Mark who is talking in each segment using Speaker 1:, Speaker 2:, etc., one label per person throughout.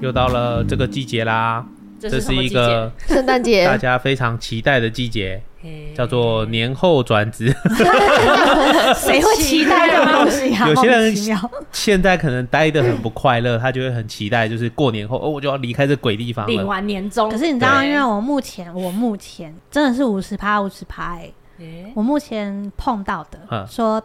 Speaker 1: 又到了这个季节啦，
Speaker 2: 这
Speaker 1: 这
Speaker 2: 是什
Speaker 1: 是
Speaker 2: 么
Speaker 1: 一
Speaker 2: 季
Speaker 1: 个
Speaker 2: 节？
Speaker 3: 圣诞
Speaker 1: 大
Speaker 3: 节
Speaker 1: 家非常期待的季节，
Speaker 2: 嘿
Speaker 1: 叫做年后转 职。
Speaker 4: 谁会期待这种东西啊？
Speaker 1: 有些人
Speaker 4: 莫名其妙，
Speaker 1: 现在可能待的很不快乐，他就会很期待，就是过年后哦，我就要离开这鬼地方
Speaker 2: 领
Speaker 1: 了。
Speaker 2: 完年终，
Speaker 4: 可是你知道，
Speaker 2: 对
Speaker 4: 因为我目前我目前真的是五十趴五十趴，哎，
Speaker 2: 诶
Speaker 4: 我目前碰到的、
Speaker 1: 嗯
Speaker 4: 说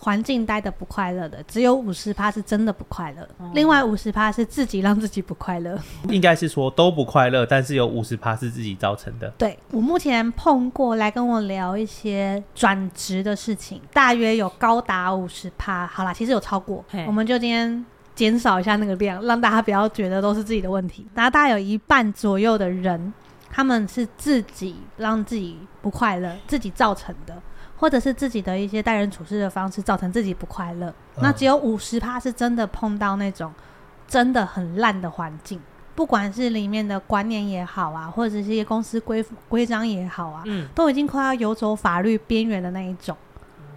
Speaker 4: 环境待的不快乐的，只有五十趴是真的不快乐，
Speaker 2: 哦
Speaker 4: 另外五十趴是自己让自己不快乐。
Speaker 1: 应该是说都不快乐，但是有五十趴是自己造成的。
Speaker 4: 对我目前碰过来跟我聊一些转职的事情，大约有高达五十趴，好啦，其实有超过
Speaker 2: 嘿，
Speaker 4: 我们就今天。减少一下那个量，让大家不要觉得都是自己的问题。然后大概有一半左右的人，他们是自己让自己不快乐，自己造成的，或者是自己的一些待人处事的方式造成自己不快乐。那只有五十趴是真的碰到那种真的很烂的环境，不管是里面的观念也好啊，或者是一些公司规规章也好啊，
Speaker 2: 嗯
Speaker 4: 都已经快要游走法律边缘的那一种。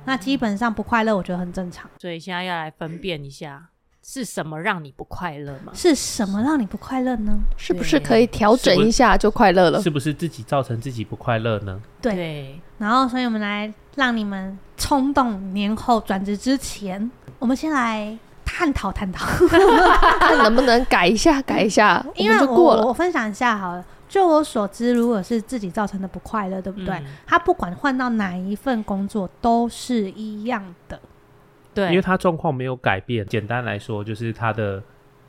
Speaker 4: 那基本上不快乐，我觉得很正常。
Speaker 2: 所以现在要来分辨一下，是什么让你不快乐吗？
Speaker 4: 是什么让你不快乐呢？
Speaker 3: 是不是可以调整一下就快乐了？
Speaker 1: 是不是自己造成自己不快乐呢？
Speaker 4: 对
Speaker 2: 对，
Speaker 4: 然后，所以我们来让你们冲动年后转职之前，我们先来探讨探讨。
Speaker 3: 看 能不能改一下，改一下，我
Speaker 4: 因为
Speaker 3: 们
Speaker 4: 我
Speaker 3: 就过了。
Speaker 4: 我分享一下好了。就我所知，如果是自己造成的不快乐，对不对？
Speaker 2: 嗯
Speaker 4: 他不管换到哪一份工作都是一样的。
Speaker 2: 对，
Speaker 1: 因为他状况没有改变，简单来说就是他的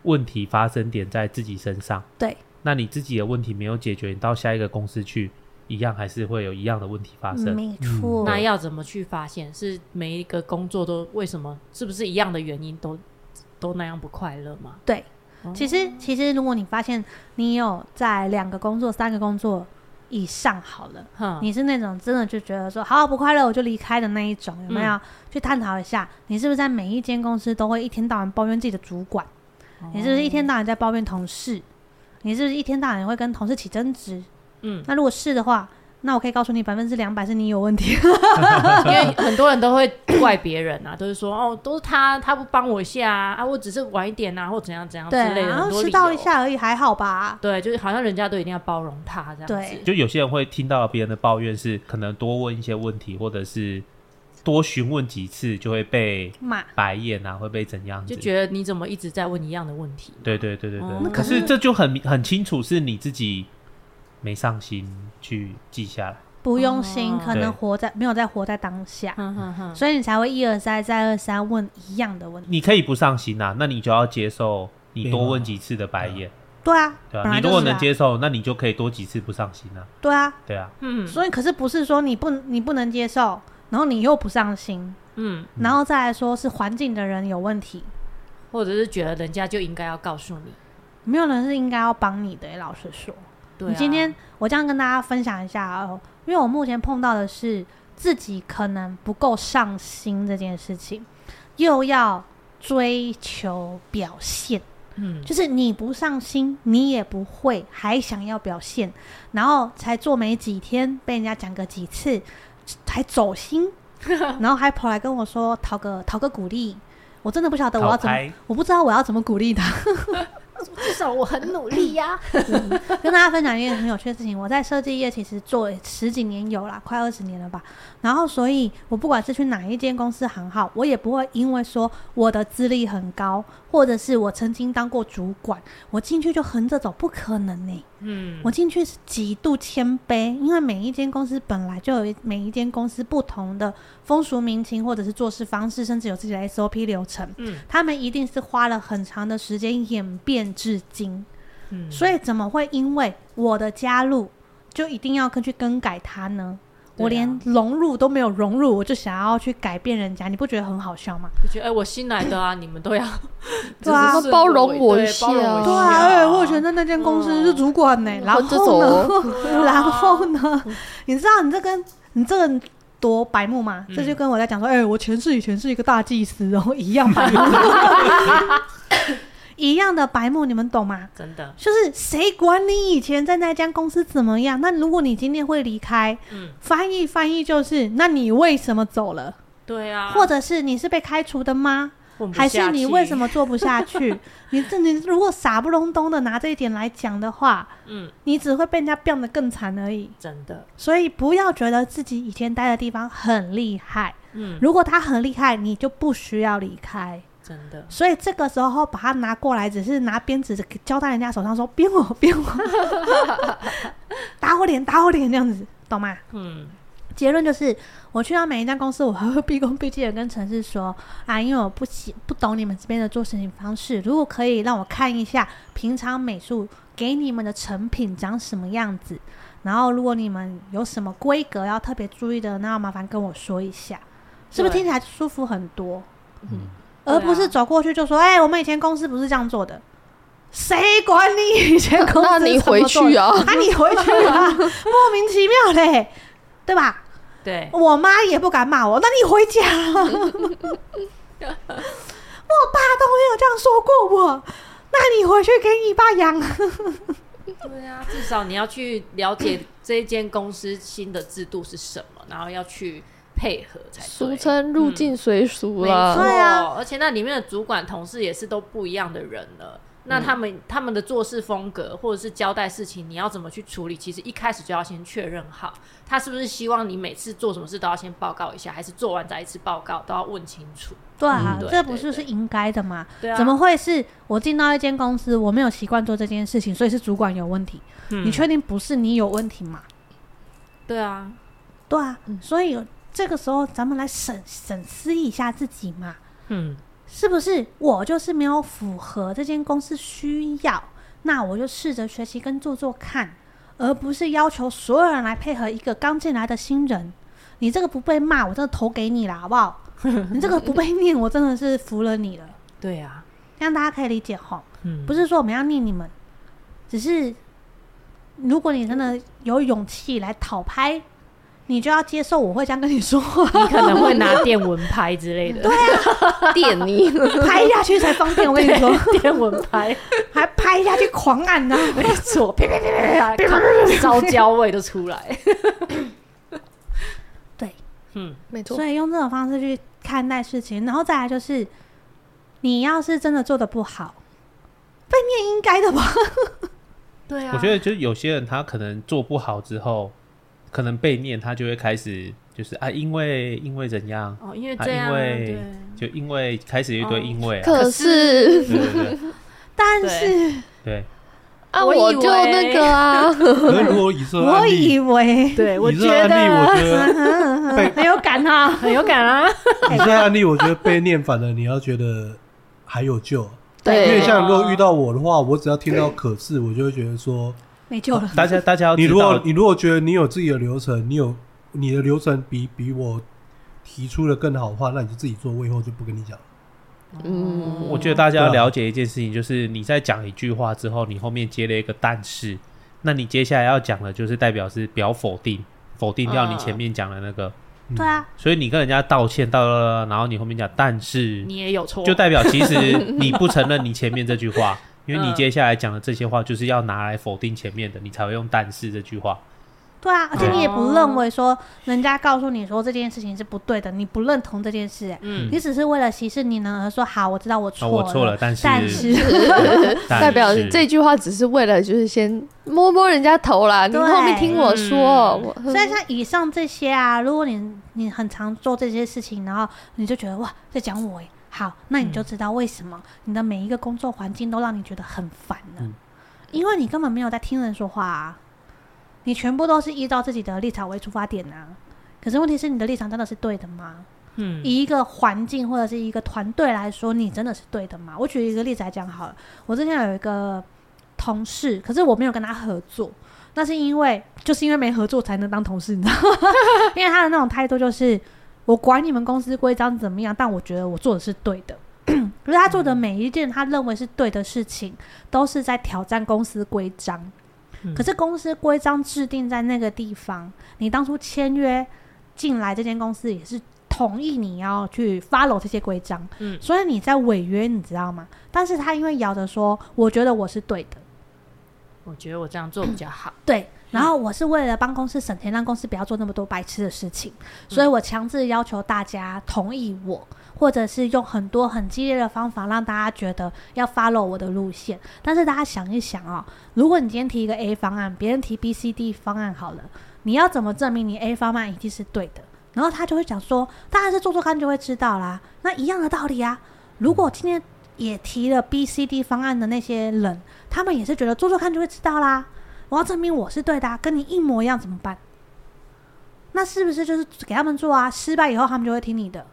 Speaker 1: 问题发生点在自己身上。
Speaker 4: 对，
Speaker 1: 那你自己的问题没有解决，你到下一个公司去，一样还是会有一样的问题发生。
Speaker 2: 嗯
Speaker 4: 没错。
Speaker 3: 嗯
Speaker 2: 那要怎么去发现？是每一个工作都为什么？是不是一样的原因都都那样不快乐吗？
Speaker 4: 对
Speaker 2: 哦，
Speaker 4: 其实其实如果你发现你有在两个工作、三个工作以上好了，
Speaker 3: 嗯
Speaker 2: 哼，
Speaker 4: 你是那种真的就觉得说好不快乐我就离开的那一种，有没
Speaker 3: 嗯
Speaker 4: 有？去探讨一下，你是不是在每一间公司都会一天到晚抱怨自己的主管？你是不是一天到晚在抱怨同事？你是不是一天到晚会跟同事起争执？
Speaker 2: 嗯，
Speaker 4: 那如果是的话，那我可以告诉你，百分之两百是你有问题。
Speaker 2: 因为很多人都会怪别人啊，都是说哦，都是他，他不帮我一下啊，啊我只是晚一点啊，或怎样怎样之类的，
Speaker 4: 然
Speaker 2: 很
Speaker 4: 后
Speaker 2: 多
Speaker 4: 迟
Speaker 2: 理
Speaker 4: 到
Speaker 2: 由
Speaker 4: 一。下而已，还好吧？
Speaker 2: 对，就是好像人家都一定要包容他这样
Speaker 4: 对
Speaker 2: 子。
Speaker 1: 就有些人会听到别人的抱怨是，可能多问一些问题，或者是多询问几次就会被
Speaker 4: 骂，
Speaker 1: 白眼啊，会被怎样子？
Speaker 2: 就觉得你怎么一直在问一样的问题？
Speaker 1: 对对对对对。
Speaker 2: 哦那
Speaker 1: 可
Speaker 2: 可
Speaker 1: 是这就很很清楚是你自己没上心去记下来。
Speaker 4: 不用心，
Speaker 2: 哦嗯
Speaker 4: 可能活在没有在活在当下，
Speaker 2: 哼哼哼，
Speaker 4: 所以你才会一而再再而三问一样的问
Speaker 2: 嗯
Speaker 4: 题。
Speaker 1: 你可以不上心啊，那你就要接受你多问几次的白眼，
Speaker 4: 对啊，
Speaker 1: 对
Speaker 4: 本
Speaker 1: 啊。
Speaker 4: 来
Speaker 1: 你如
Speaker 4: 就
Speaker 1: 果
Speaker 4: 是
Speaker 1: 能
Speaker 4: 啊，
Speaker 1: 接受，那你就可以多几次不上心啊，
Speaker 4: 对啊。
Speaker 1: 对啊。
Speaker 2: 嗯
Speaker 4: 所以可是不是说你不你不能接受，然后你又不上心，
Speaker 2: 嗯，
Speaker 4: 然后再来说是环境的人有问题，
Speaker 2: 或者是觉得人家就应该要告诉你，
Speaker 4: 没有人是应该要帮你的。老实说，
Speaker 2: 对、啊，
Speaker 4: 你今天我这样跟大家分享一下哦，因为我目前碰到的是自己可能不够上心这件事情，又要追求表现，
Speaker 2: 嗯
Speaker 4: 就是你不上心，你也不会，还想要表现，然后才做没几天，被人家讲个几次，还走 心，然后还跑来跟我说讨个讨个鼓励，我真的不晓得我要
Speaker 1: 好
Speaker 4: 怎么，
Speaker 1: 拍，
Speaker 4: 我不知道我要怎么鼓励他。
Speaker 2: 手，我很努力呀、
Speaker 4: 嗯跟大家分享一件很有趣的事情，我在设计业其实做十几年有啦，快二十年了吧。然后，所以我不管是去哪一间公司行号，我也不会因为说我的资历很高，或者是我曾经当过主管，我进去就横着走，不可能呢、
Speaker 2: 嗯，
Speaker 4: 我进去是极度谦卑，因为每一间公司本来就有一每一间公司不同的风俗民情，或者是做事方式，甚至有自己的 SOP 流程。
Speaker 2: 嗯，
Speaker 4: 他们一定是花了很长的时间演变至今。
Speaker 2: 嗯
Speaker 4: 所以怎么会因为我的加入就一定要跟去更改它呢？
Speaker 2: 对啊
Speaker 4: 我连融入都没有融入，我就想要去改变人家，你不觉得很好笑吗？
Speaker 2: 就觉得哎、我新来的啊，你们都要
Speaker 4: 对啊
Speaker 2: 就是顺
Speaker 3: 包容我
Speaker 2: 对
Speaker 3: 一下
Speaker 2: 包容我一
Speaker 3: 对
Speaker 4: 对
Speaker 3: 啊嗯
Speaker 4: 啊，
Speaker 2: 下
Speaker 4: 哎，我以前在那间公司是主管呢、然后
Speaker 3: 混着走
Speaker 4: 呢？
Speaker 3: 哦，
Speaker 4: 然后 呢？你知道你这跟你这个多白目吗？
Speaker 3: 嗯
Speaker 4: 这就跟我在讲说，哎、我前世以前是一个大祭司，然后一样白目， 一样的白目，你们懂吗？
Speaker 2: 真的，
Speaker 4: 就是谁管你以前在那家公司怎么样？那如果你今天会离开，
Speaker 2: 嗯
Speaker 4: 翻译翻译就是，那你为什么走了？
Speaker 2: 对啊，
Speaker 4: 或者是你是被开除的吗？
Speaker 2: 混不
Speaker 4: 还
Speaker 2: 下
Speaker 4: 是你
Speaker 2: 去
Speaker 4: 为什么做不下 去？你这你如果傻不隆咚的拿这一点来讲的话，
Speaker 2: 嗯，
Speaker 4: 你只会被人家变得更惨而已。
Speaker 2: 真的，
Speaker 4: 所以不要觉得自己以前待的地方很厉害，
Speaker 2: 嗯，
Speaker 4: 如果他很厉害，你就不需要离开。
Speaker 2: 真的，
Speaker 4: 所以这个时候把它拿过来，只是拿鞭子交到人家手上说鞭我鞭我， 打我脸打我脸这样子，懂吗？
Speaker 2: 嗯，
Speaker 4: 结论就是，我去到每一家公司，我还会毕恭毕敬的跟同事说啊，因为我不喜不懂你们这边的做事情方式，如果可以让我看一下平常美术给你们的成品长什么样子，然后如果你们有什么规格要特别注意的，那麻烦跟我说一下，是不是
Speaker 2: 对
Speaker 4: 听起来舒服很多？
Speaker 1: 嗯
Speaker 4: 而不是
Speaker 2: 对啊
Speaker 4: 走过去就说，哎、我们以前公司不是这样做的。谁管你以前公司
Speaker 3: 那你
Speaker 4: 怎么
Speaker 3: 回
Speaker 4: 做的
Speaker 3: 去啊
Speaker 4: 啊，你回去啊，莫名其妙嘞，对吧？
Speaker 2: 对，
Speaker 4: 我妈也不敢骂我，那你回 家。我爸都没有这样说过我，那你回去给你爸养。
Speaker 2: 对啊，至少你要去了解这一间公司新的制度是什么，然后要去配合才
Speaker 3: 俗
Speaker 2: 对。
Speaker 3: 称入境随俗
Speaker 2: 没
Speaker 3: 啦
Speaker 2: 错，。
Speaker 4: 对啊
Speaker 2: 而且那里面的主管同事也是都不一样的人了。那他们、他们的做事风格或者是交代事情，你要怎么去处理？其实一开始就要先确认好，他是不是希望你每次做什么事都要先报告一下，还是做完再一次报告都要问清楚？
Speaker 4: 对啊，
Speaker 2: 嗯
Speaker 4: 这不是是应该的吗？
Speaker 2: 对啊，
Speaker 4: 怎么会是我进到一间公司，我没有习惯做这件事情，所以是主管有问题？
Speaker 2: 嗯
Speaker 4: 你确定不是你有问题吗？
Speaker 2: 对啊？
Speaker 4: 对啊，所以这个时候咱们来审审思一下自己嘛。
Speaker 2: 嗯，
Speaker 4: 是不是我就是没有符合这间公司需要？那我就试着学习跟做做看，而不是要求所有人来配合一个刚进来的新人。你这个不被骂，我真的投给你啦，好不好？你这个不被念，我真的是服了你了。
Speaker 2: 对啊，
Speaker 4: 这样大家可以理解吼，
Speaker 2: 嗯，
Speaker 4: 不是说我们要念你们，只是如果你真的有勇气来讨拍，你就要接受我会这样跟你说话，
Speaker 2: 你可能会拿电蚊拍之类 的，
Speaker 3: 电 你
Speaker 4: 拍下去才方便。我跟你说，
Speaker 2: 电蚊拍，
Speaker 4: 还拍下去狂按啊呐、
Speaker 2: 没错，啪啪啪啪啪， 烧焦味都出来。
Speaker 4: 对，
Speaker 2: 嗯，
Speaker 3: 没错
Speaker 4: 所，以用这种方式去看待事情，然后再来就是，你要是真的做的不好，被念应该的
Speaker 2: 啊
Speaker 4: 吧？
Speaker 2: 对啊
Speaker 1: 我觉得就是有些人他可能做不好之后，可能被念他就会开始就是啊，因为因为怎样，
Speaker 2: 哦，因为
Speaker 1: 啊
Speaker 2: 这样，
Speaker 1: 因为
Speaker 2: 对。
Speaker 1: 就因为开始有一堆因为、
Speaker 4: 哦
Speaker 1: 啊，
Speaker 3: 可是
Speaker 1: 对对 对
Speaker 4: 但是
Speaker 1: 对。
Speaker 3: 啊，
Speaker 2: 我以
Speaker 3: 我就那个啊，
Speaker 1: 可是如果以这个
Speaker 4: 我
Speaker 1: 案例
Speaker 4: 以，为
Speaker 2: 对，我
Speaker 1: 以
Speaker 2: 觉
Speaker 1: 这个案例，
Speaker 2: 得
Speaker 1: 我觉得
Speaker 4: 很有感 啊，
Speaker 2: 很有感啊。
Speaker 5: 你这案例，我觉得被念反了，你要觉得还有救，因为
Speaker 3: 对，
Speaker 5: 像
Speaker 4: 啊
Speaker 5: 如果遇到我的话，我只要听到可是，我就会觉得说，
Speaker 4: 没救
Speaker 2: 哦
Speaker 4: 了。
Speaker 1: 大家大家要
Speaker 5: 你
Speaker 1: 知
Speaker 5: 如
Speaker 1: 道
Speaker 5: 果，你如果觉得你有自己的流程，你有你的流程比比我提出的更好的话，那你就自己做，我以后就不跟你讲。
Speaker 3: 嗯，
Speaker 1: 我觉得大家要了解一件事情，就是你在讲一句话之后，你后面接了一个但是，那你接下来要讲的就是代表是表否定，否定掉你前面讲的那个，
Speaker 5: 嗯
Speaker 4: 对啊，
Speaker 1: 所以你跟人家道歉道道，然后你后面讲但是，
Speaker 2: 你也有错，
Speaker 1: 就代表其实你不承认你前面这句话，因为你
Speaker 2: 嗯
Speaker 1: 接下来讲的这些话就是要拿来否定前面的，你才会用但是这句话。
Speaker 4: 对啊，而且
Speaker 1: 对
Speaker 4: 你也不认为说人家告诉你说这件事情是不对的，你不认同这件事、哎
Speaker 2: 嗯
Speaker 4: 你只是为了息事宁人而说好，我知道我错
Speaker 1: 哦，
Speaker 4: 了，
Speaker 1: 我错了，但是
Speaker 4: 但是
Speaker 1: 但
Speaker 3: 代表
Speaker 1: 是
Speaker 3: 这句话只是为了就是先摸摸人家头啦，你
Speaker 4: 对
Speaker 3: 后面听我说，
Speaker 2: 嗯
Speaker 4: 所
Speaker 3: 我
Speaker 4: 以像以上这些啊，如果你你很常做这些事情，然后你就觉得哇在讲我耶，好，那你就知道为什么你的每一个工作环境都让你觉得很烦了，
Speaker 1: 嗯
Speaker 4: 因为你根本没有在听人说话啊，你全部都是依照自己的立场为出发点啊。可是问题是，你的立场真的是对的吗？
Speaker 2: 嗯
Speaker 4: 以一个环境或者是一个团队来说，你真的是对的吗？我举一个例子来讲好了，我之前有一个同事，可是我没有跟他合作，那是因为就是因为没合作才能当同事，你知道吗？ 因为他的那种态度就是，我管你们公司规章怎么样，但我觉得我做的是对的。 可是他做的每一件他认为是对的事情，都是在挑战公司规章。
Speaker 2: 嗯
Speaker 4: 可是公司规章制定在那个地方，你当初签约进来这间公司也是同意你要去 follow 这些规章，
Speaker 2: 嗯
Speaker 4: 所以你在违约，你知道吗？但是他因为摇着说，我觉得我是对的，
Speaker 2: 我觉得我这样做比较好。
Speaker 4: 对，然后我是为了帮公司省钱，让公司不要做那么多白痴的事情，所以我强制要求大家同意我，或者是用很多很激烈的方法让大家觉得要 follow 我的路线。但是大家想一想哦，如果你今天提一个 A 方案，别人提 B、C、D 方案好了，你要怎么证明你 A 方案一定是对的？然后他就会讲说，当然是做做看就会知道啦。那一样的道理啊，如果今天也提了 B、C、D 方案的那些人，他们也是觉得做做看就会知道啦。我要证明我是对的、啊，跟你一模一样怎么办？那是不是就是给他们做啊？失败以后他们就会听你的，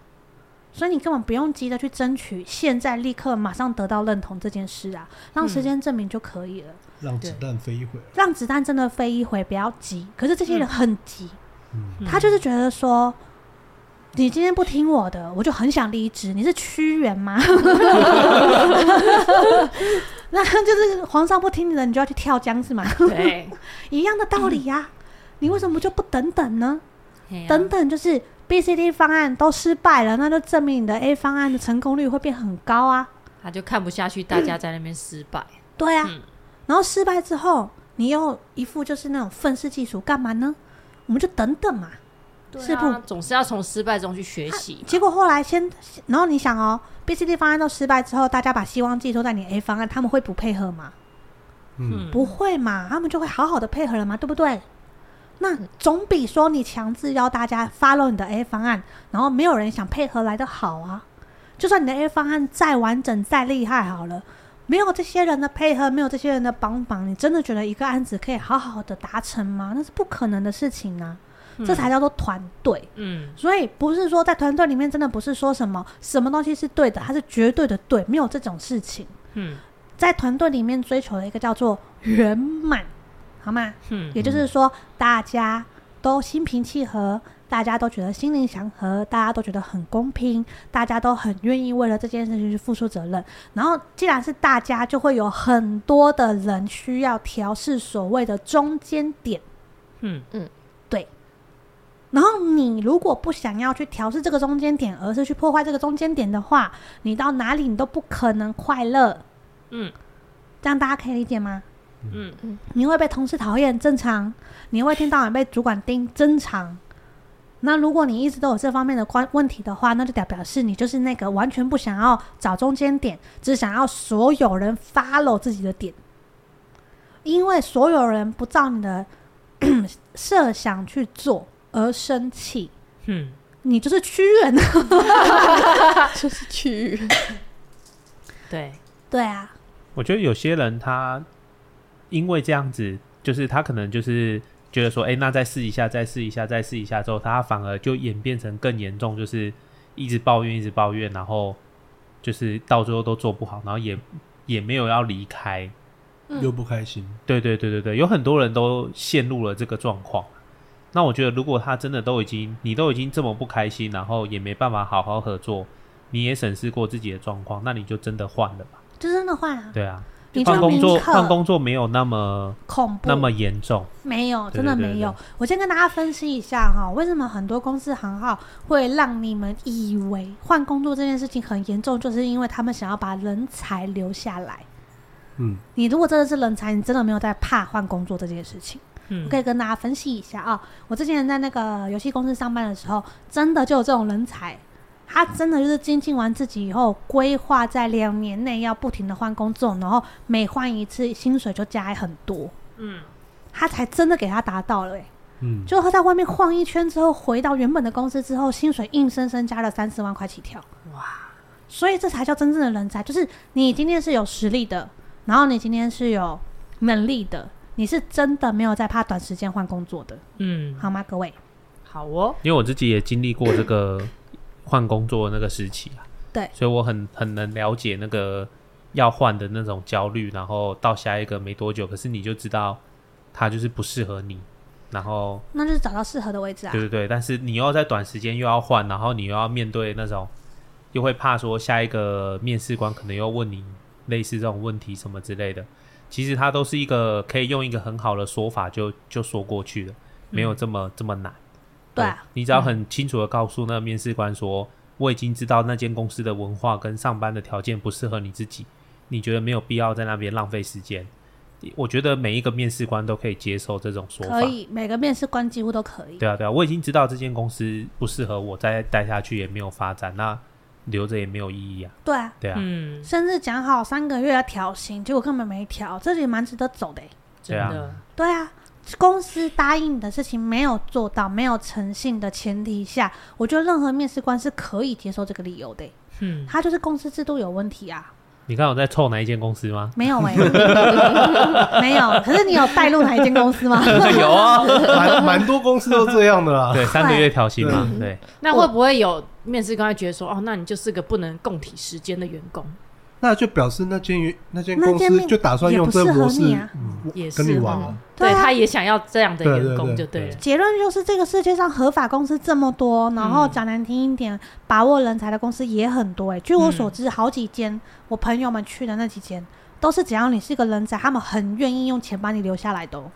Speaker 4: 所以你根本不用急着去争取，现在立刻马上得到认同这件事啊，让时间证明就可以了。
Speaker 5: 让子弹飞一会儿。
Speaker 4: 让子弹真的飞一回，不要急。可是这些人很急，
Speaker 5: 嗯，
Speaker 2: 嗯
Speaker 4: 他就是觉得说，你今天不听我的，我就很想离职。你是屈原吗？ 那就是皇上不听你的，你就要去跳江是吗？
Speaker 2: 对，
Speaker 4: 一样的道理呀、你为什么就不等等呢？
Speaker 2: 嘿啊
Speaker 4: 等等，就是 B、C、D 方案都失败了，那就证明你的 A 方案的成功率会变很高啊。
Speaker 2: 他就看不下去，大家在那边失败。
Speaker 4: 对啊，
Speaker 2: 嗯
Speaker 4: 然后失败之后，你又一副就是那种愤世嫉俗，干嘛呢？我们就等等嘛。是不
Speaker 2: 对啊总是要从失败中去学习。
Speaker 4: 结果后来先，然后你想哦，B、C、D 方案都失败之后，大家把希望寄托在你 A 方案，他们会不配合吗？
Speaker 5: 嗯，
Speaker 4: 不会嘛，他们就会好好的配合了嘛，对不对？那总比说你强制要大家 follow 你的 A 方案，然后没有人想配合来的好啊。就算你的 A 方案再完整、再厉害好了，没有这些人的配合，没有这些人的帮忙，你真的觉得一个案子可以好好的达成吗？那是不可能的事情啊！这才叫做团队。
Speaker 2: 嗯
Speaker 4: 所以不是说在团队里面，真的不是说什么什么东西是对的，它是绝对的对，没有这种事情。
Speaker 2: 嗯
Speaker 4: 在团队里面追求的一个叫做圆满，好吗？
Speaker 2: 嗯
Speaker 4: 也就是说，大家都心平气和，大家都觉得心灵祥和，大家都觉得很公平，大家都很愿意为了这件事情去付出责任。然后，既然是大家，就会有很多的人需要调试所谓的中间点。
Speaker 2: 嗯
Speaker 4: 然后你如果不想要去调试这个中间点，而是去破坏这个中间点的话，你到哪里你都不可能快乐。
Speaker 2: 嗯，
Speaker 4: 这样大家可以理解吗？
Speaker 2: 嗯
Speaker 4: 你会被同事讨厌，正常；你会一天到晚被主管盯，正常。那如果你一直都有这方面的关问题的话，那就代表示你就是那个完全不想要找中间点，只想要所有人 follow 自己的点，因为所有人不照你的 设想去做而生气，
Speaker 2: 嗯，
Speaker 4: 你就是屈原。啊
Speaker 3: 就是去
Speaker 2: 对，
Speaker 4: 对啊，
Speaker 1: 我觉得有些人他因为这样子，就是他可能就是觉得说，哎、那再试一下，再试一下，再试一下之后，他反而就演变成更严重，就是一直抱怨，一直抱怨，然后就是到最后都做不好，然后也也没有要离开。
Speaker 5: 嗯又不开心，
Speaker 1: 对对对对对，有很多人都陷入了这个状况。那我觉得，如果他真的都已经，你都已经这么不开心，然后也没办法好好合作，你也审视过自己的状况，那你就真的换了吧。
Speaker 4: 就真的换啊，
Speaker 1: 对啊，
Speaker 4: 你
Speaker 1: 换
Speaker 4: 就
Speaker 1: 工
Speaker 4: 宁
Speaker 1: 作换
Speaker 4: 可
Speaker 1: 工作没有那么
Speaker 4: 恐怖
Speaker 1: 那么严重，
Speaker 4: 没有，
Speaker 1: 对
Speaker 4: 真的
Speaker 1: 对对
Speaker 4: 没有。
Speaker 1: 对
Speaker 4: 我先跟大家分析一下哈，为什么很多公司行号会让你们以为换工作这件事情很严重，就是因为他们想要把人才留下来。
Speaker 5: 嗯，
Speaker 4: 你如果真的是人才，你真的没有在怕换工作这件事情。
Speaker 2: 嗯
Speaker 4: 我可以跟大家分析一下啊、我之前在那个游戏公司上班的时候，真的就有这种人才，
Speaker 2: 嗯
Speaker 4: 他真的就是精进完自己以后，规划在两年内要不停的换工作，然后每换一次薪水就加很多，
Speaker 2: 嗯，
Speaker 4: 他才真的给他达到了、欸。
Speaker 5: 嗯，
Speaker 4: 就他在外面晃一圈之后，回到原本的公司之后，薪水硬生生加了三四万块起跳。
Speaker 2: 哇，
Speaker 4: 所以这才叫真正的人才，就是你今天是有实力的，然后你今天是有能力的，你是真的没有在怕短时间换工作的，
Speaker 2: 嗯，
Speaker 4: 好吗，各位？
Speaker 2: 好哦，
Speaker 1: 因为我自己也经历过这个换工作的那个时期啊，
Speaker 4: 对
Speaker 1: 所以我很很能了解那个要换的那种焦虑，然后到下一个没多久，可是你就知道它就是不适合你，然后
Speaker 4: 那就是找到适合的位置啊
Speaker 1: 对。对对，但是你又要在短时间又要换，然后你又要面对那种，又会怕说下一个面试官可能又问你类似这种问题什么之类的。其实它都是一个可以用一个很好的说法就就说过去的，没有这么、这么难。
Speaker 4: 对啊
Speaker 1: 你只要很清楚的告诉那个面试官说，我已经知道那间公司的文化跟上班的条件不适合你自己，你觉得没有必要在那边浪费时间。我觉得每一个面试官都可以接受这种说法。
Speaker 4: 可以，每个面试官几乎都可以。
Speaker 1: 对啊，对啊，我已经知道这间公司不适合我再待下去，也没有发展，那留着也没有意义啊。
Speaker 4: 对啊，
Speaker 1: 对啊，
Speaker 2: 嗯，
Speaker 4: 甚至讲好三个月要调薪，结果根本没调，这也蛮值得走的欸、
Speaker 2: 真
Speaker 1: 对
Speaker 2: 的，
Speaker 4: 对啊，公司答应你的事情没有做到，没有诚信的前提下，我觉得任何面试官是可以接受这个理由的欸、
Speaker 2: 嗯，
Speaker 4: 他就是公司制度有问题啊。？
Speaker 1: 你看我在臭哪一间公司吗
Speaker 4: 没有哎、 没有。可是你有带入哪一间公司吗？
Speaker 1: 有 啊，
Speaker 5: 蛮蛮多公司都这样的啦。
Speaker 1: 对，三个月调薪
Speaker 4: 嗯
Speaker 1: 嘛，对，
Speaker 2: 那会不会有面试官会觉得说，哦，那你就是个不能共体时间的员工？
Speaker 5: 那就表示那间原那间
Speaker 4: 那
Speaker 5: 公
Speaker 4: 间
Speaker 5: 司
Speaker 4: 面
Speaker 5: 就打算
Speaker 4: 也
Speaker 5: 用
Speaker 4: 不
Speaker 5: 这
Speaker 4: 适合
Speaker 5: 模式
Speaker 4: 你啊
Speaker 5: 嗯
Speaker 2: 也是
Speaker 5: 跟你
Speaker 2: 哦
Speaker 5: 玩啊。
Speaker 4: 对啊
Speaker 2: 他也想要这样的
Speaker 5: 对对
Speaker 2: 员工
Speaker 5: 对
Speaker 2: 就对了，
Speaker 4: 结论就是，这个世界上合法公司这么多，然后讲难听一点，把握人才的公司也很多哎、据我所知，好几间我朋友们去的那几间，都是只要你是个人才，他们很愿意用钱把你留下来的、哦。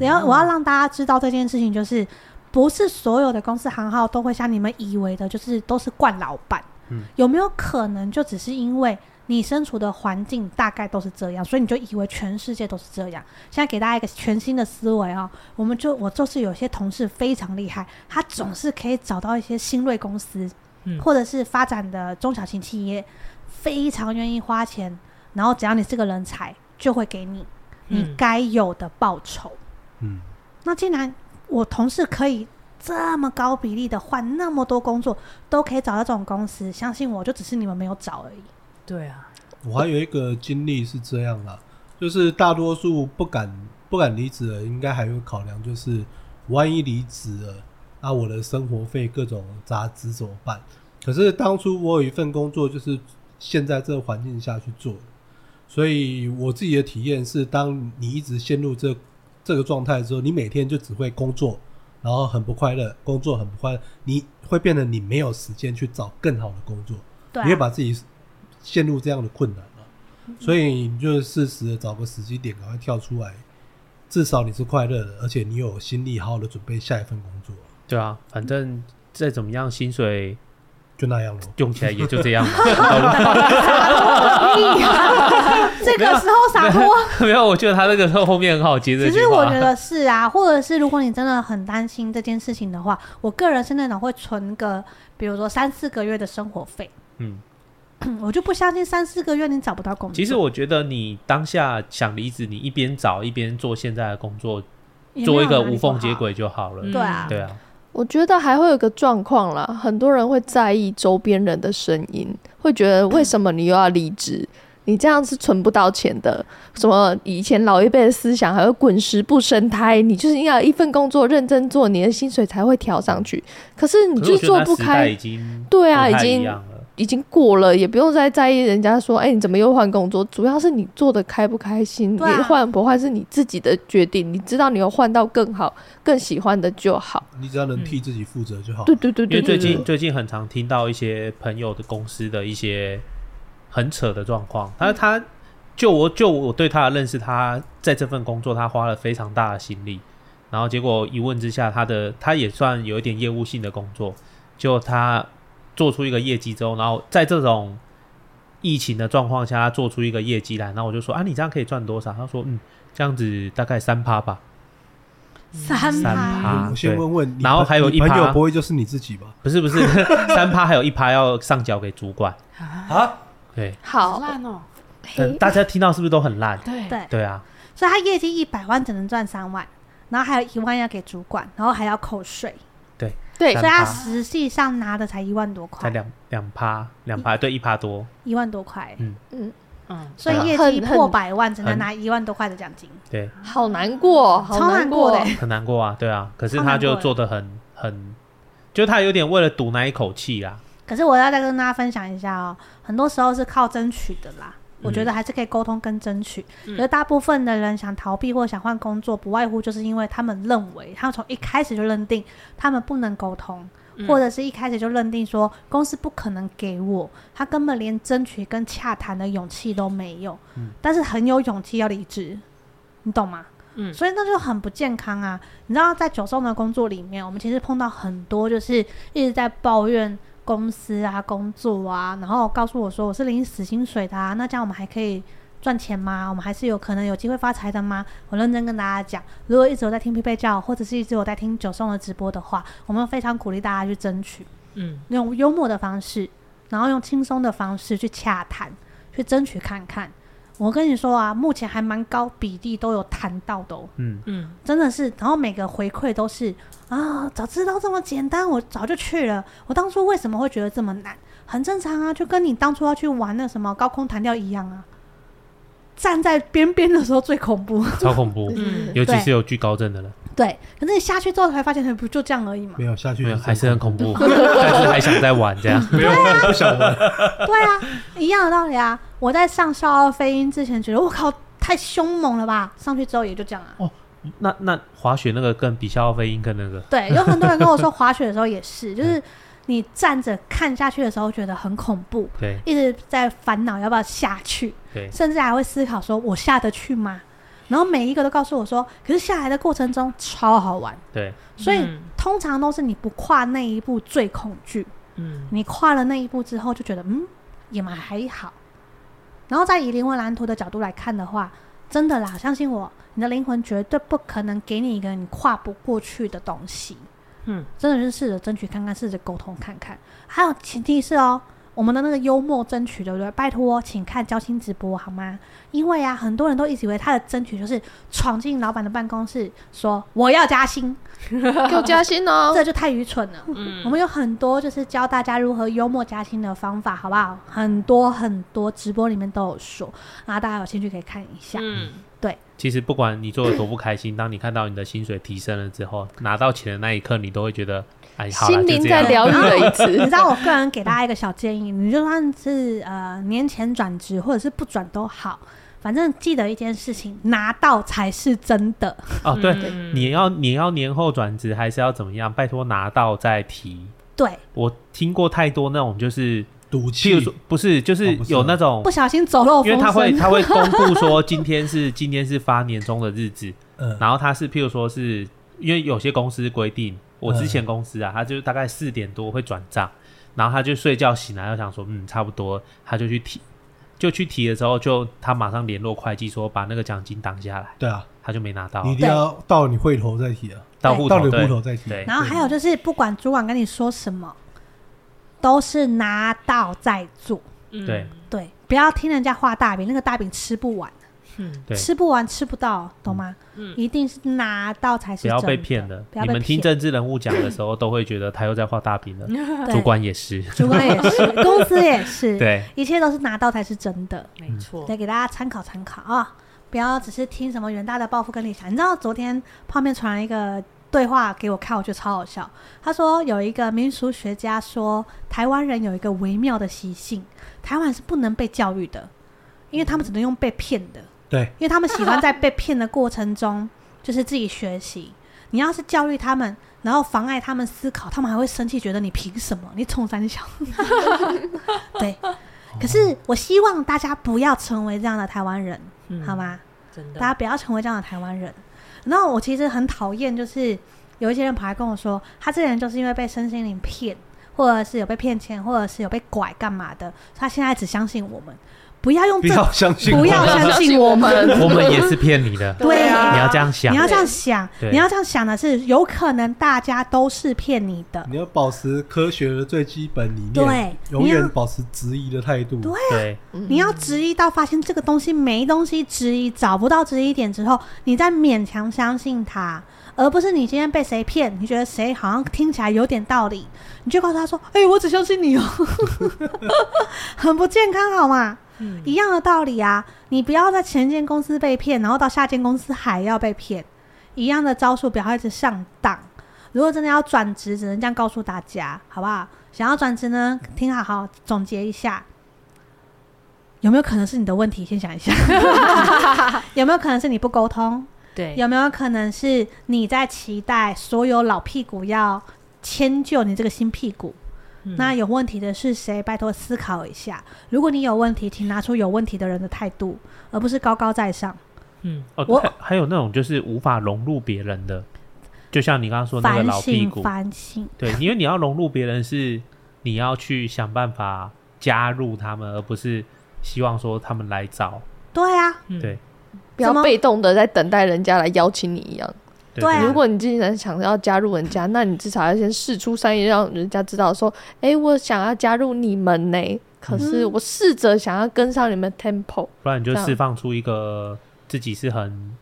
Speaker 4: 然后我要让大家知道这件事情，就是不是所有的公司行号都会像你们以为的，就是都是惯老板。
Speaker 1: 嗯
Speaker 4: 有没有可能就只是因为你身处的环境大概都是这样，所以你就以为全世界都是这样？现在给大家一个全新的思维哦，我们就我就是有些同事非常厉害，他总是可以找到一些新锐公司，
Speaker 2: 嗯
Speaker 4: 或者是发展的中小型企业，非常愿意花钱，然后只要你是个人才，就会给你你
Speaker 2: 嗯
Speaker 4: 该有的报酬。
Speaker 5: 嗯，
Speaker 4: 那既然我同事可以这么高比例的换那么多工作，都可以找到这种公司，相信我就只是你们没有找而已。
Speaker 2: 对啊，
Speaker 5: 我还有一个经历是这样啦，就是大多数不敢不敢离职的，应该还会考量，就是万一离职了，那、我的生活费各种杂支怎么办？可是当初我有一份工作，就是现在这个环境下去做的，所以我自己的体验是，当你一直陷入这这个状态之后，你每天就只会工作，然后很不快乐，工作很不快乐，你会变得你没有时间去找更好的工作。
Speaker 4: 对、
Speaker 5: 你会
Speaker 4: 啊，嗯
Speaker 5: 把自己陷入这样的困难嘛。所以你就适时的找个时机点，赶快跳出来，至少你是快乐的，而且你有心力，好好的准备下一份工作，
Speaker 1: 对啊，反正再怎么样，薪水
Speaker 5: 就那样咯。
Speaker 1: 用起来也就这样 嘛。
Speaker 4: 这
Speaker 5: 啊
Speaker 4: 个时候洒脱。
Speaker 1: 没有，我觉得他那个后面很好接这
Speaker 4: 其
Speaker 1: 句
Speaker 4: 实我
Speaker 1: 话。
Speaker 4: 觉得是啊， 或者是如果你真的很担心这件事情的话，我个人是那种会存个，比如说三四个月的生活费。
Speaker 1: 嗯，
Speaker 4: 我就不相信三四个月你找不到工作。
Speaker 1: 其实我觉得你当下想离职，你一边找一边做现在的工作，
Speaker 4: 也没有
Speaker 1: 做一个
Speaker 4: 哪里
Speaker 1: 无
Speaker 4: 不好
Speaker 1: 缝接。轨就好了。
Speaker 2: 嗯
Speaker 4: 对啊，
Speaker 1: 对啊，
Speaker 3: 我觉得还会有一个状况啦，很多人会在意周边人的声音，会觉得为什么你又要离职？你这样是存不到钱的。什么以前老一辈的思想还会滚石不生胎，你就是要一份工作认真做，你的薪水才会调上去。可是你
Speaker 1: 可是
Speaker 3: 就
Speaker 1: 我觉得
Speaker 3: 做
Speaker 1: 那
Speaker 3: 不
Speaker 1: 时代
Speaker 3: 开
Speaker 1: 已，经
Speaker 3: 对啊，
Speaker 1: 不
Speaker 3: 已
Speaker 1: 太一
Speaker 3: 经
Speaker 1: 样了。
Speaker 3: 已经过了，也不用再在意人家说，哎、你怎么又换工作？主要是你做的开不开心，
Speaker 4: 对啊
Speaker 3: 你换不换是你自己的决定，你知道你有换到更好、更喜欢的就好。
Speaker 4: 嗯
Speaker 5: 你只要能替自己负责就好。
Speaker 3: 对对对
Speaker 1: 哦 因
Speaker 3: 对
Speaker 1: 为最
Speaker 3: 对
Speaker 1: 近
Speaker 3: 对，
Speaker 1: 最近很常听到一些朋友的公司的一些很扯的状况，他他就我就我对他的认识，他在这份工作他花了非常大的心力，然后结果一问之下，他的他也算有一点业务性的工作，就他做出一个业绩之后，然后在这种疫情的状况下，他做出一个业绩来，然后我就说啊，你这样可以赚多少？他说嗯，这样子大概三趴吧。
Speaker 4: 三
Speaker 1: 三
Speaker 4: 趴，
Speaker 1: 趴
Speaker 5: 我先
Speaker 1: 啊对
Speaker 5: 问问你朋，
Speaker 1: 然后还有
Speaker 5: 你
Speaker 1: 一
Speaker 5: 朋友
Speaker 1: 趴
Speaker 5: 不会就是你自己吧？
Speaker 1: 不是 不是三趴，还有一趴要上缴给主管。
Speaker 5: 啊，
Speaker 1: 对，
Speaker 2: 好
Speaker 3: 好，
Speaker 2: 烂哦，
Speaker 1: 呃
Speaker 3: 嘿
Speaker 1: 大家听到是不是都很烂？
Speaker 2: 对
Speaker 4: 对
Speaker 1: 对啊，
Speaker 4: 所以他业绩一百万只能赚三万，然后还有一万要给主管，然后还要扣税，
Speaker 3: 对
Speaker 1: 三
Speaker 4: 所以他
Speaker 1: 趴
Speaker 4: 实际上拿的才一万多
Speaker 1: 才
Speaker 4: 块，
Speaker 1: 两两趴，两趴对一趴多，
Speaker 4: 一万多块
Speaker 1: 嗯，
Speaker 2: 嗯，
Speaker 4: 所以业绩破百万只能拿一万多块的奖金，
Speaker 1: 对，
Speaker 3: 好难过，好
Speaker 4: 超难过
Speaker 3: 过
Speaker 4: 的、
Speaker 1: 很难过啊，对啊。可是
Speaker 4: 超
Speaker 1: 他
Speaker 4: 难过
Speaker 1: 就
Speaker 4: 的
Speaker 1: 做的很很，就他有点为了赌那一口气啦。
Speaker 4: 可是我要再跟大家分享一下哦，很多时候是靠争取的啦。我觉得还是可以沟通跟争取，
Speaker 2: 嗯
Speaker 4: 可是大部分的人想逃避或想换工作，不外乎就是因为他们认为，他们从一开始就认定他们不能沟通，
Speaker 2: 嗯
Speaker 4: 或者是一开始就认定说公司不可能给我，他根本连争取跟洽谈的勇气都没有，但是很有勇气要离职，你懂吗？
Speaker 2: 嗯
Speaker 4: 所以那就很不健康啊！你知道，在九送的工作里面，我们其实碰到很多就是一直在抱怨公司啊、工作啊，然后告诉我说我是领死薪水的、啊，那这样我们还可以赚钱吗？我们还是有可能有机会发财的吗？我认真跟大家讲，如果一直有在听匹配教，或者是一直有在听九送的直播的话，我们非常鼓励大家去争取，
Speaker 2: 嗯
Speaker 4: 用幽默的方式，然后用轻松的方式去洽谈，去争取看看。我跟你说啊，目前还蛮高比例都有谈到的哦，
Speaker 1: 嗯，
Speaker 2: 嗯
Speaker 4: 真的是，然后每个回馈都是啊，早知道这么简单，我早就去了。我当初为什么会觉得这么难？很正常啊，就跟你当初要去玩那什么高空弹跳一样啊。站在边边的时候最恐怖，
Speaker 1: 超恐怖，
Speaker 2: 嗯
Speaker 1: 尤其
Speaker 4: 对
Speaker 1: 是有惧高症的人，
Speaker 4: 对。可是你下去之后才发现，哎不就这样而已嘛
Speaker 5: 没。有下去
Speaker 1: 没有
Speaker 5: 就
Speaker 1: 还是很恐怖，但是还想再玩这样。
Speaker 5: 没有不想玩，
Speaker 4: 对啊，一样的道理啊。我在上校二飞鹰之前觉得我靠太凶猛了吧，上去之后也就这样啊。
Speaker 1: 那那滑雪那个更比消费音更那个，
Speaker 4: 对，有很多人跟我说滑雪的时候也是， 就是你站着看下去的时候觉得很恐怖，
Speaker 1: 对
Speaker 4: 一直在烦恼要不要下去，
Speaker 1: 对，
Speaker 4: 甚至还会思考说我下得去吗？然后每一个都告诉我说，可是下来的过程中超好玩，
Speaker 1: 对，
Speaker 4: 所以
Speaker 2: 嗯
Speaker 4: 通常都是你不跨那一步最恐惧，
Speaker 2: 嗯
Speaker 4: 你跨了那一步之后就觉得嗯也蛮还好。然后再以灵魂蓝图的角度来看的话，真的啦，相信我，你的灵魂绝对不可能给你一个你跨不过去的东西。
Speaker 2: 嗯
Speaker 4: 真的是试着争取看看，试着沟通看看。还有前提是哦，我们的那个幽默争取，对不对？拜托、哦请看交心直播好吗？因为啊，很多人都一直以为他的争取就是闯进老板的办公室说我要加薪，
Speaker 3: 给我加薪哦
Speaker 4: 这，就太愚蠢了。
Speaker 2: 嗯
Speaker 4: 我们有很多就是教大家如何幽默加薪的方法，好不好？很多很多直播里面都有说，啊，大家有兴趣可以看一下。
Speaker 2: 嗯
Speaker 1: 其实不管你做的多不开心，当你看到你的薪水提升了之后，拿到钱的那一刻，你都会觉得，哎，好啦
Speaker 3: 心
Speaker 1: 就
Speaker 3: 灵
Speaker 1: 这
Speaker 3: 在
Speaker 1: 样。
Speaker 3: 疗愈了一
Speaker 4: 你知
Speaker 3: 次。
Speaker 4: 道，我个人给大家一个小建议，你就算是呃年前转职或者是不转都好，反正记得一件事情，拿到才是真的。
Speaker 1: 哦，对，
Speaker 2: 嗯
Speaker 1: 你要你要年后转职还是要怎么样？拜托拿到再提。
Speaker 4: 对，
Speaker 1: 我听过太多那种，就是
Speaker 5: 赌
Speaker 1: 譬
Speaker 5: 气
Speaker 1: 如，说，不是，就是
Speaker 5: 哦不是
Speaker 1: 有那种
Speaker 4: 不，小心走漏
Speaker 1: 因为
Speaker 4: 风
Speaker 1: 他会
Speaker 4: 声，
Speaker 1: 他会公布说今天是今天是发年终的日子，
Speaker 5: 嗯，
Speaker 1: 然后他是譬如说是因为有些公司规定，我之前公
Speaker 5: 嗯
Speaker 1: 司啊，他就大概四点多会转账，然后他就睡觉醒来，就想说嗯差不多，他就去提，就去提的时候就他马上联络会计说把那个奖金挡下来，
Speaker 5: 对啊，
Speaker 1: 他就没拿到
Speaker 5: 你一定要到你会头再提啊，
Speaker 1: 到户
Speaker 5: 到
Speaker 1: 头
Speaker 5: 你户
Speaker 1: 对
Speaker 5: 头再提，啊
Speaker 1: 对
Speaker 4: 然后还有就是，不管主管跟你说什么，都是拿到再做。
Speaker 2: 嗯
Speaker 1: 对
Speaker 4: 对，不要听人家画大饼，那个大饼吃不完，
Speaker 2: 嗯
Speaker 1: 对
Speaker 4: 吃不完吃不到，懂吗？
Speaker 2: 嗯
Speaker 4: 一定是拿到才是
Speaker 1: 不
Speaker 4: 真的。
Speaker 1: 要被骗了。
Speaker 4: 不要
Speaker 1: 你
Speaker 4: 被
Speaker 1: 们听
Speaker 4: 骗
Speaker 1: 政治人物讲的时候，都会觉得他又在画大饼了。
Speaker 4: 嗯对
Speaker 1: 主管也是，
Speaker 4: 主管也是，公司也 是，
Speaker 1: 对，
Speaker 4: 一切都是拿到才是真的。
Speaker 1: 嗯
Speaker 2: 没错
Speaker 4: 对，给大家参考参考啊、不要只是听什么远大的抱负跟理想。你知道昨天泡面传了一个对话给我看，我觉得超好笑。他说有一个民俗学家说，台湾人有一个微妙的习性，台湾是不能被教育的，因为他们只能用被骗的，
Speaker 5: 对，
Speaker 4: 因为他们喜欢在被骗的过程中就是自己学习。你要是教育他们，然后妨碍他们思考，他们还会生气，觉得你凭什么？你冲三小。
Speaker 2: 哦
Speaker 4: 对，可是我希望大家不要成为这样的台湾人，
Speaker 2: 嗯
Speaker 4: 好吗？
Speaker 2: 真的
Speaker 4: 大家不要成为这样的台湾人。然后我其实很讨厌，就是有一些人跑来跟我说，他之前就是因为被身心灵骗，或者是有被骗钱，或者是有被拐干嘛的，他现在只相信我们。不要用
Speaker 5: 不
Speaker 4: 这，
Speaker 5: 要相信我，
Speaker 4: 不要相信我们
Speaker 1: 我们也是骗你的，
Speaker 4: 对
Speaker 1: 你要
Speaker 4: 啊
Speaker 1: 这样想
Speaker 4: 你。要这样想，
Speaker 1: 对
Speaker 4: 你要这样想的是，有可能大家都是骗你的，
Speaker 5: 你要保持科学的最基本理念，
Speaker 4: 对
Speaker 5: 永
Speaker 4: 你
Speaker 5: 远
Speaker 4: 要
Speaker 5: 保持质疑的态度，
Speaker 4: 对
Speaker 1: 对，
Speaker 4: 你要质疑到发现这个东西没东西质疑，找不到质疑点之后，你再勉强相信它，而不是你今天被谁骗，你觉得谁好像听起来有点道理，你就告诉他说：“哎、我只相信你哦、 很不健康，好吗？”
Speaker 2: 嗯
Speaker 4: 一样的道理啊，你不要在前一间公司被骗，然后到下间公司还要被骗，一样的招数，不要一直上当。如果真的要转职，只能这样告诉大家，好不好？想要转职呢，听好好总结一下，有没有可能是你的问题？先想一下， 有没有可能是你不沟通？
Speaker 2: 对，
Speaker 4: 有没有可能是你在期待所有老屁股要迁就你这个新屁股？
Speaker 2: 嗯
Speaker 4: 那有问题的是谁？拜托思考一下。如果你有问题，请拿出有问题的人的态度，而不是高高在上。
Speaker 2: 嗯，
Speaker 1: 哦，
Speaker 4: 我
Speaker 1: 还还有那种就是无法融入别人的，就像你刚刚说那个
Speaker 4: 反
Speaker 1: 老屁
Speaker 4: 省，
Speaker 1: 股，
Speaker 4: 反省。
Speaker 1: 对，因为你要融入别人是你要去想办法加入他们，而不是希望说他们来找。
Speaker 4: 对啊，
Speaker 2: 嗯
Speaker 1: 对，
Speaker 3: 不要
Speaker 4: 怎么
Speaker 3: 被动的在等待人家来邀请你一样。
Speaker 1: 对
Speaker 4: 对啊
Speaker 3: 如果你既然想要加入人家，那你至少要先试出善意，让人家知道说，哎、我想要加入你们呢、可是
Speaker 4: 嗯
Speaker 3: 我试着想要跟上你们 tempo，
Speaker 1: 不然你就
Speaker 3: 这样
Speaker 1: 释放出一个自己是很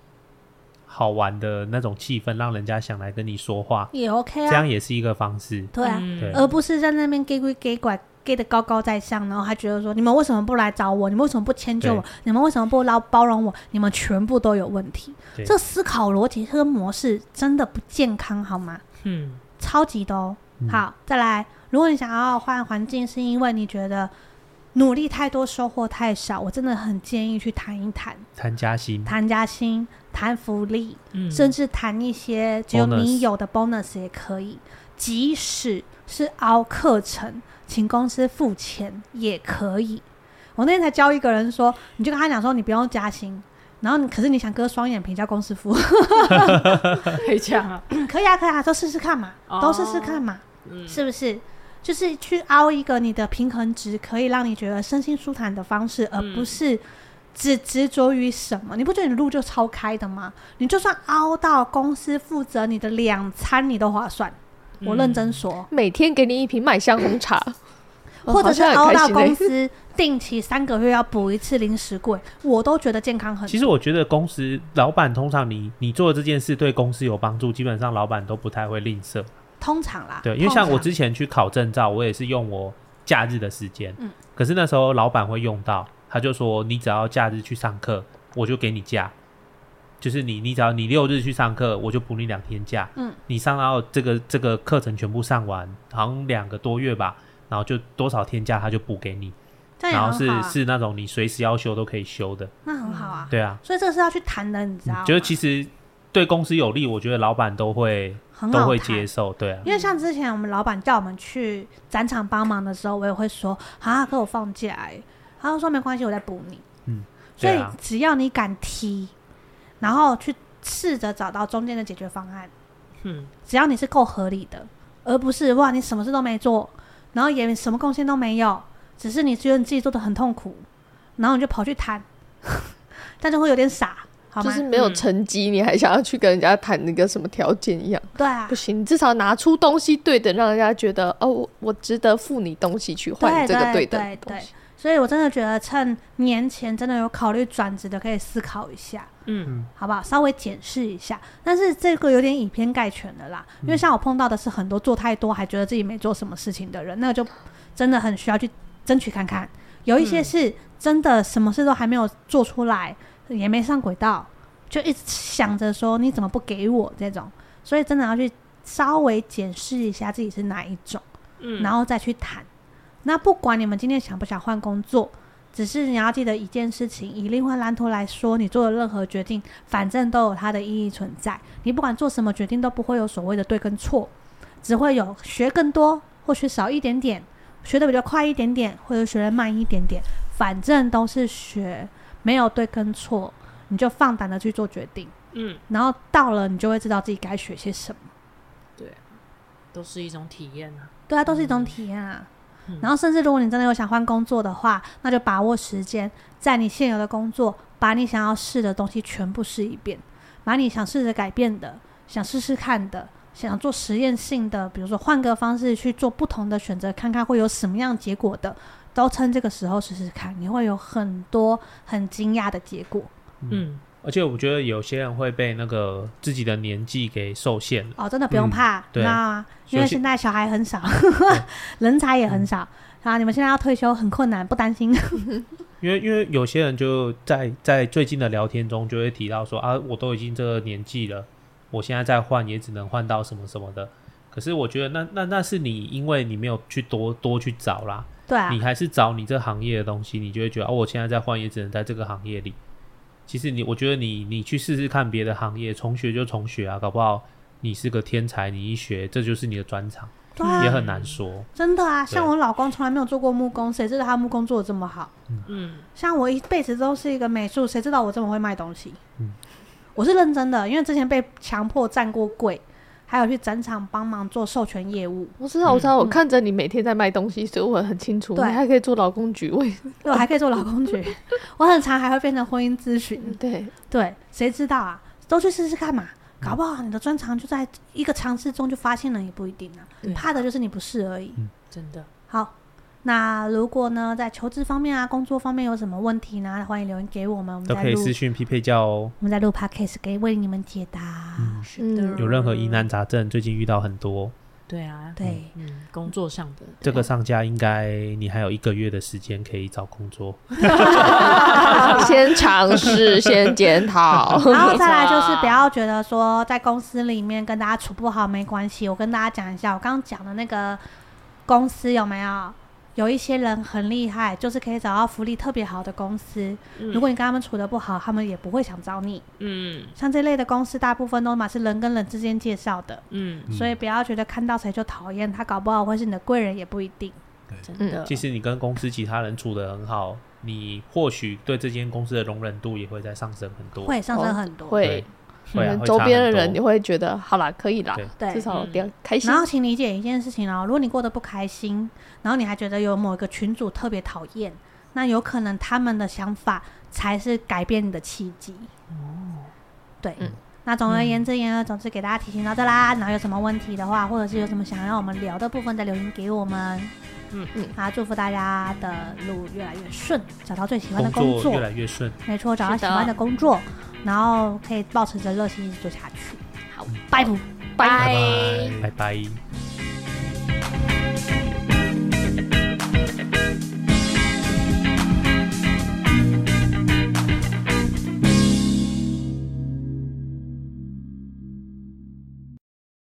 Speaker 1: 好玩的那种气氛，让人家想来跟你说话，
Speaker 4: 也 OK
Speaker 1: 这
Speaker 4: 啊
Speaker 1: 样。也是一个方式。
Speaker 4: 对啊，
Speaker 2: 嗯
Speaker 1: 对
Speaker 4: 而不是在那边给鬼给拐给的高高在上，然后还觉得说你们为什么不来找我？你们为什么不迁就我
Speaker 1: 对？
Speaker 4: 你们为什么不包包容我？你们全部都有问题。
Speaker 1: 对
Speaker 4: 这思考逻辑和模式真的不健康，好吗？
Speaker 2: 嗯，
Speaker 4: 超级的哦。
Speaker 1: 嗯
Speaker 4: 好，再来，如果你想要换环境，是因为你觉得努力太多，收获太少，我真的很建议去谈一谈，
Speaker 1: 参加心，
Speaker 4: 谈加薪，谈福利，
Speaker 2: 嗯
Speaker 4: 甚至谈一些只有
Speaker 1: Bonus
Speaker 4: 你有的 bonus 也可以，即使是熬课程，请公司付钱也可以。我那天才教一个人说，你就跟他讲说你不用加薪，然后你可是你想割双眼皮叫公司付，
Speaker 2: 可以这样啊，
Speaker 4: 可以啊可以啊，都试试看嘛， 都试试
Speaker 2: 哦
Speaker 4: 看嘛，
Speaker 2: 嗯，
Speaker 4: 是不是？就是去凹一个你的平衡值，可以让你觉得身心舒坦的方
Speaker 1: 嗯
Speaker 4: 式，而不是只执着于什么。你不觉得你路就超开的吗？你就算凹到公司负责你的两餐，你都划算。
Speaker 1: 嗯
Speaker 4: 我认真说，
Speaker 3: 每天给你一瓶麦香红茶，
Speaker 4: 或者是
Speaker 3: 我哦好
Speaker 4: 凹
Speaker 3: 像
Speaker 4: 到
Speaker 3: 很开
Speaker 4: 公
Speaker 3: 心欸
Speaker 4: 司定期三个月要补一次零食柜，我都觉得健康很
Speaker 1: 其实我觉得公司老板通常你你做这件事对公司有帮助，基本上老板都不太会吝啬。
Speaker 4: 通常啦。
Speaker 1: 对，因为像
Speaker 4: 通
Speaker 1: 我
Speaker 4: 常
Speaker 1: 之前去考证照，我也是用我假日的时间，
Speaker 4: 嗯
Speaker 1: 可是那时候老板会用到，他就说你只要假日去上课，我就给你假，就是你你只要你六日去上课，我就补你两天假，
Speaker 4: 嗯，
Speaker 1: 你上到这个这个课程全部上完，好像两个多月吧，然后就多少天假他就补给你，
Speaker 4: 这
Speaker 1: 然
Speaker 4: 样也
Speaker 1: 后是、
Speaker 4: 很好、啊，
Speaker 1: 是那种你随时要休都可以休的，
Speaker 4: 那很好啊。
Speaker 1: 对啊，
Speaker 4: 所以这是要去谈的，你知道吗？
Speaker 1: 就是其实对公司有利，我觉得老板都会
Speaker 4: 很
Speaker 1: 都
Speaker 4: 好
Speaker 1: 会
Speaker 4: 谈
Speaker 1: 接受，对啊，
Speaker 4: 因为像之前我们老板叫我们去展场帮忙的时候，我也会说啊，给我放假、欸，他就说没关系，我再补你。
Speaker 1: 嗯，
Speaker 4: 所
Speaker 1: 对
Speaker 4: 以
Speaker 1: 啊
Speaker 4: 只要你敢提，然后去试着找到中间的解决方案，
Speaker 2: 嗯
Speaker 4: 只要你是够合理的，而不是哇你什么事都没做，然后也什么贡献都没有，只是你觉得你自己做的很痛苦，然后你就跑去谈， 但是会有点傻，好
Speaker 3: 就
Speaker 4: 吗？
Speaker 3: 是没有
Speaker 2: 嗯
Speaker 3: 成绩，你还想要去跟人家谈那个什么条件一样，
Speaker 4: 对啊
Speaker 3: 不，行，你至少拿出东西对等，让人家觉得哦，我我值得付你东西去换
Speaker 4: 对
Speaker 3: 这个
Speaker 4: 对
Speaker 3: 等
Speaker 4: 对
Speaker 3: 的东西。
Speaker 4: 所以我真的觉得趁年前真的有考虑转职的，可以思考一下。
Speaker 2: 嗯
Speaker 4: 好不好？稍微检视一下，但是这个有点以偏概全了啦。
Speaker 3: 嗯
Speaker 4: 因为像我碰到的是很多做太多还觉得自己没做什么事情的人，那个就真的很需要去争取看看。有一些
Speaker 2: 嗯
Speaker 4: 是真的什么事都还没有做出来，也没上轨道，就一直想着说你怎么不给我这种，所以真的要去稍微检视一下自己是哪一种。
Speaker 2: 嗯，
Speaker 4: 然后再去谈。那不管你们今天想不想换工作，只是你要记得一件事情：以灵魂蓝图来说，你做的任何决定，反正都有它的意义存在。你不管做什么决定，都不会有所谓的对跟错，只会有学更多或学少一点点，学的比较快一点点，或者学的慢一点点，反正都是学，没有对跟错，你就放胆的去做决定。
Speaker 2: 嗯，
Speaker 4: 然后到了，你就会知道自己该学些什么。
Speaker 2: 都是一种体验啊。
Speaker 4: 对啊，都是一种体验啊。
Speaker 2: 嗯
Speaker 4: 然后，甚至如果你真的有想换工作的话，那就把握时间，在你现有的工作，把你想要试的东西全部试一遍，把你想试着改变的、想试试看的、想做实验性的，比如说换个方式去做不同的选择，看看会有什么样结果的，都趁这个时候试试看，你会有很多很惊讶的结果。
Speaker 2: 嗯，
Speaker 1: 而且我觉得有些人会被那个自己的年纪给受限了，
Speaker 4: 哦，真的不用怕，
Speaker 1: 嗯对
Speaker 4: 那
Speaker 1: 休
Speaker 4: 因为
Speaker 1: 息嗯
Speaker 4: 现在小孩很少， 人才也很少。啊，你们现在要退休很困难，不担心。
Speaker 1: 因为因为有些人就在在最近的聊天中就会提到说啊，我都已经这个年纪了，我现在再换也只能换到什么什么的。可是我觉得那那那是你，因为你没有去多多去找啦，
Speaker 4: 对啊，
Speaker 1: 你还是找你这行业的东西，你就会觉得哦，我现在在换也只能在这个行业里。其实你，我觉得你你去试试看别的行业，重学就重学啊，搞不好你是个天才，你一学这就是你的专长，
Speaker 4: 对啊，
Speaker 1: 也很难说。
Speaker 4: 真的啊，
Speaker 1: 对
Speaker 4: 像我老公从来没有做过木工，谁知道他木工做的这么好？
Speaker 2: 嗯，
Speaker 4: 像我一辈子都是一个美术，谁知道我这么会卖东西？
Speaker 1: 嗯
Speaker 4: 我是认真的，因为之前被强迫站过柜，还有去展场帮忙做授权业务，
Speaker 3: 我知道，我知道，
Speaker 4: 嗯
Speaker 3: 我看着你每天在卖东西，所以我很清楚。你
Speaker 4: 对
Speaker 3: 还可以做劳工局，我也
Speaker 4: 对我还可以做老 公爵，我很常还会变成婚姻咨询。
Speaker 3: 对，
Speaker 4: 对，谁知道啊？都去试试看嘛，
Speaker 1: 嗯
Speaker 4: 搞不好你的专长就在一个尝试中就发现了，也不一定啊
Speaker 2: 对。
Speaker 4: 怕的就是你不试而已。
Speaker 2: 真的，
Speaker 4: 好，那如果呢，在求职方面啊、工作方面有什么问题呢？欢迎留言给我们，我们
Speaker 1: 都
Speaker 4: 再
Speaker 1: 可以
Speaker 4: 录
Speaker 1: 私，讯匹配教哦。
Speaker 4: 我们再录 podcast 给为你们解答。
Speaker 1: 嗯
Speaker 2: 是的
Speaker 3: 嗯
Speaker 1: 有任何疑难，杂症，最近遇到很多，
Speaker 2: 对啊，
Speaker 4: 对，
Speaker 2: 嗯，工作上的
Speaker 1: 这个上架应该你还有一个月的时间可以找工作。
Speaker 3: 先尝试，先检讨。
Speaker 4: 然后再来就是不要觉得说在公司里面跟大家处不好没关系。我跟大家讲一下，我刚刚讲的那个公司有没有？有一些人很厉害，就是可以找到福利特别好的公司。
Speaker 2: 嗯
Speaker 4: 如果你跟他们处的不好，他们也不会想找你。
Speaker 2: 嗯
Speaker 4: 像这类的公司，大部分都嘛是人跟人之间介绍的，
Speaker 2: 嗯，
Speaker 1: 嗯
Speaker 4: 所以不要觉得看到谁就讨厌他，搞不好会是你的贵人也不一定。
Speaker 2: 真
Speaker 3: 嗯
Speaker 2: 的，
Speaker 1: 其实你跟公司其他人处得很好，你或许对这间公司的容忍度也会在上升很多。
Speaker 4: 会上升
Speaker 3: 哦
Speaker 4: 很多。
Speaker 3: 会，
Speaker 1: 会啊
Speaker 3: 可能
Speaker 1: 会
Speaker 3: 周
Speaker 1: 差
Speaker 3: 边的
Speaker 1: 很多
Speaker 3: 人你会觉得好啦，可以啦
Speaker 1: 对，
Speaker 4: 对
Speaker 3: 至少
Speaker 2: 嗯
Speaker 3: 比较开心
Speaker 4: 然。后请理解一件事情哦，如果你过得不开心，然后你还觉得有某一个群主特别讨厌，那有可能他们的想法才是改变你的契机。对。
Speaker 3: 嗯
Speaker 4: 那总而言之，言而总之，给大家提醒到这啦。然后有什么问题的话，或者是有什么想要我们聊的部分，再留言给我们。
Speaker 2: 嗯
Speaker 3: 嗯
Speaker 4: 啊，祝福大家的路越来越顺，找到最喜欢的
Speaker 1: 工
Speaker 4: 工
Speaker 1: 作越来越顺。
Speaker 4: 没错，找到
Speaker 2: 是
Speaker 4: 喜
Speaker 2: 的
Speaker 4: 欢的工作，然后可以保持着热情一直做下去。好，拜拜。
Speaker 3: 拜
Speaker 1: 拜拜。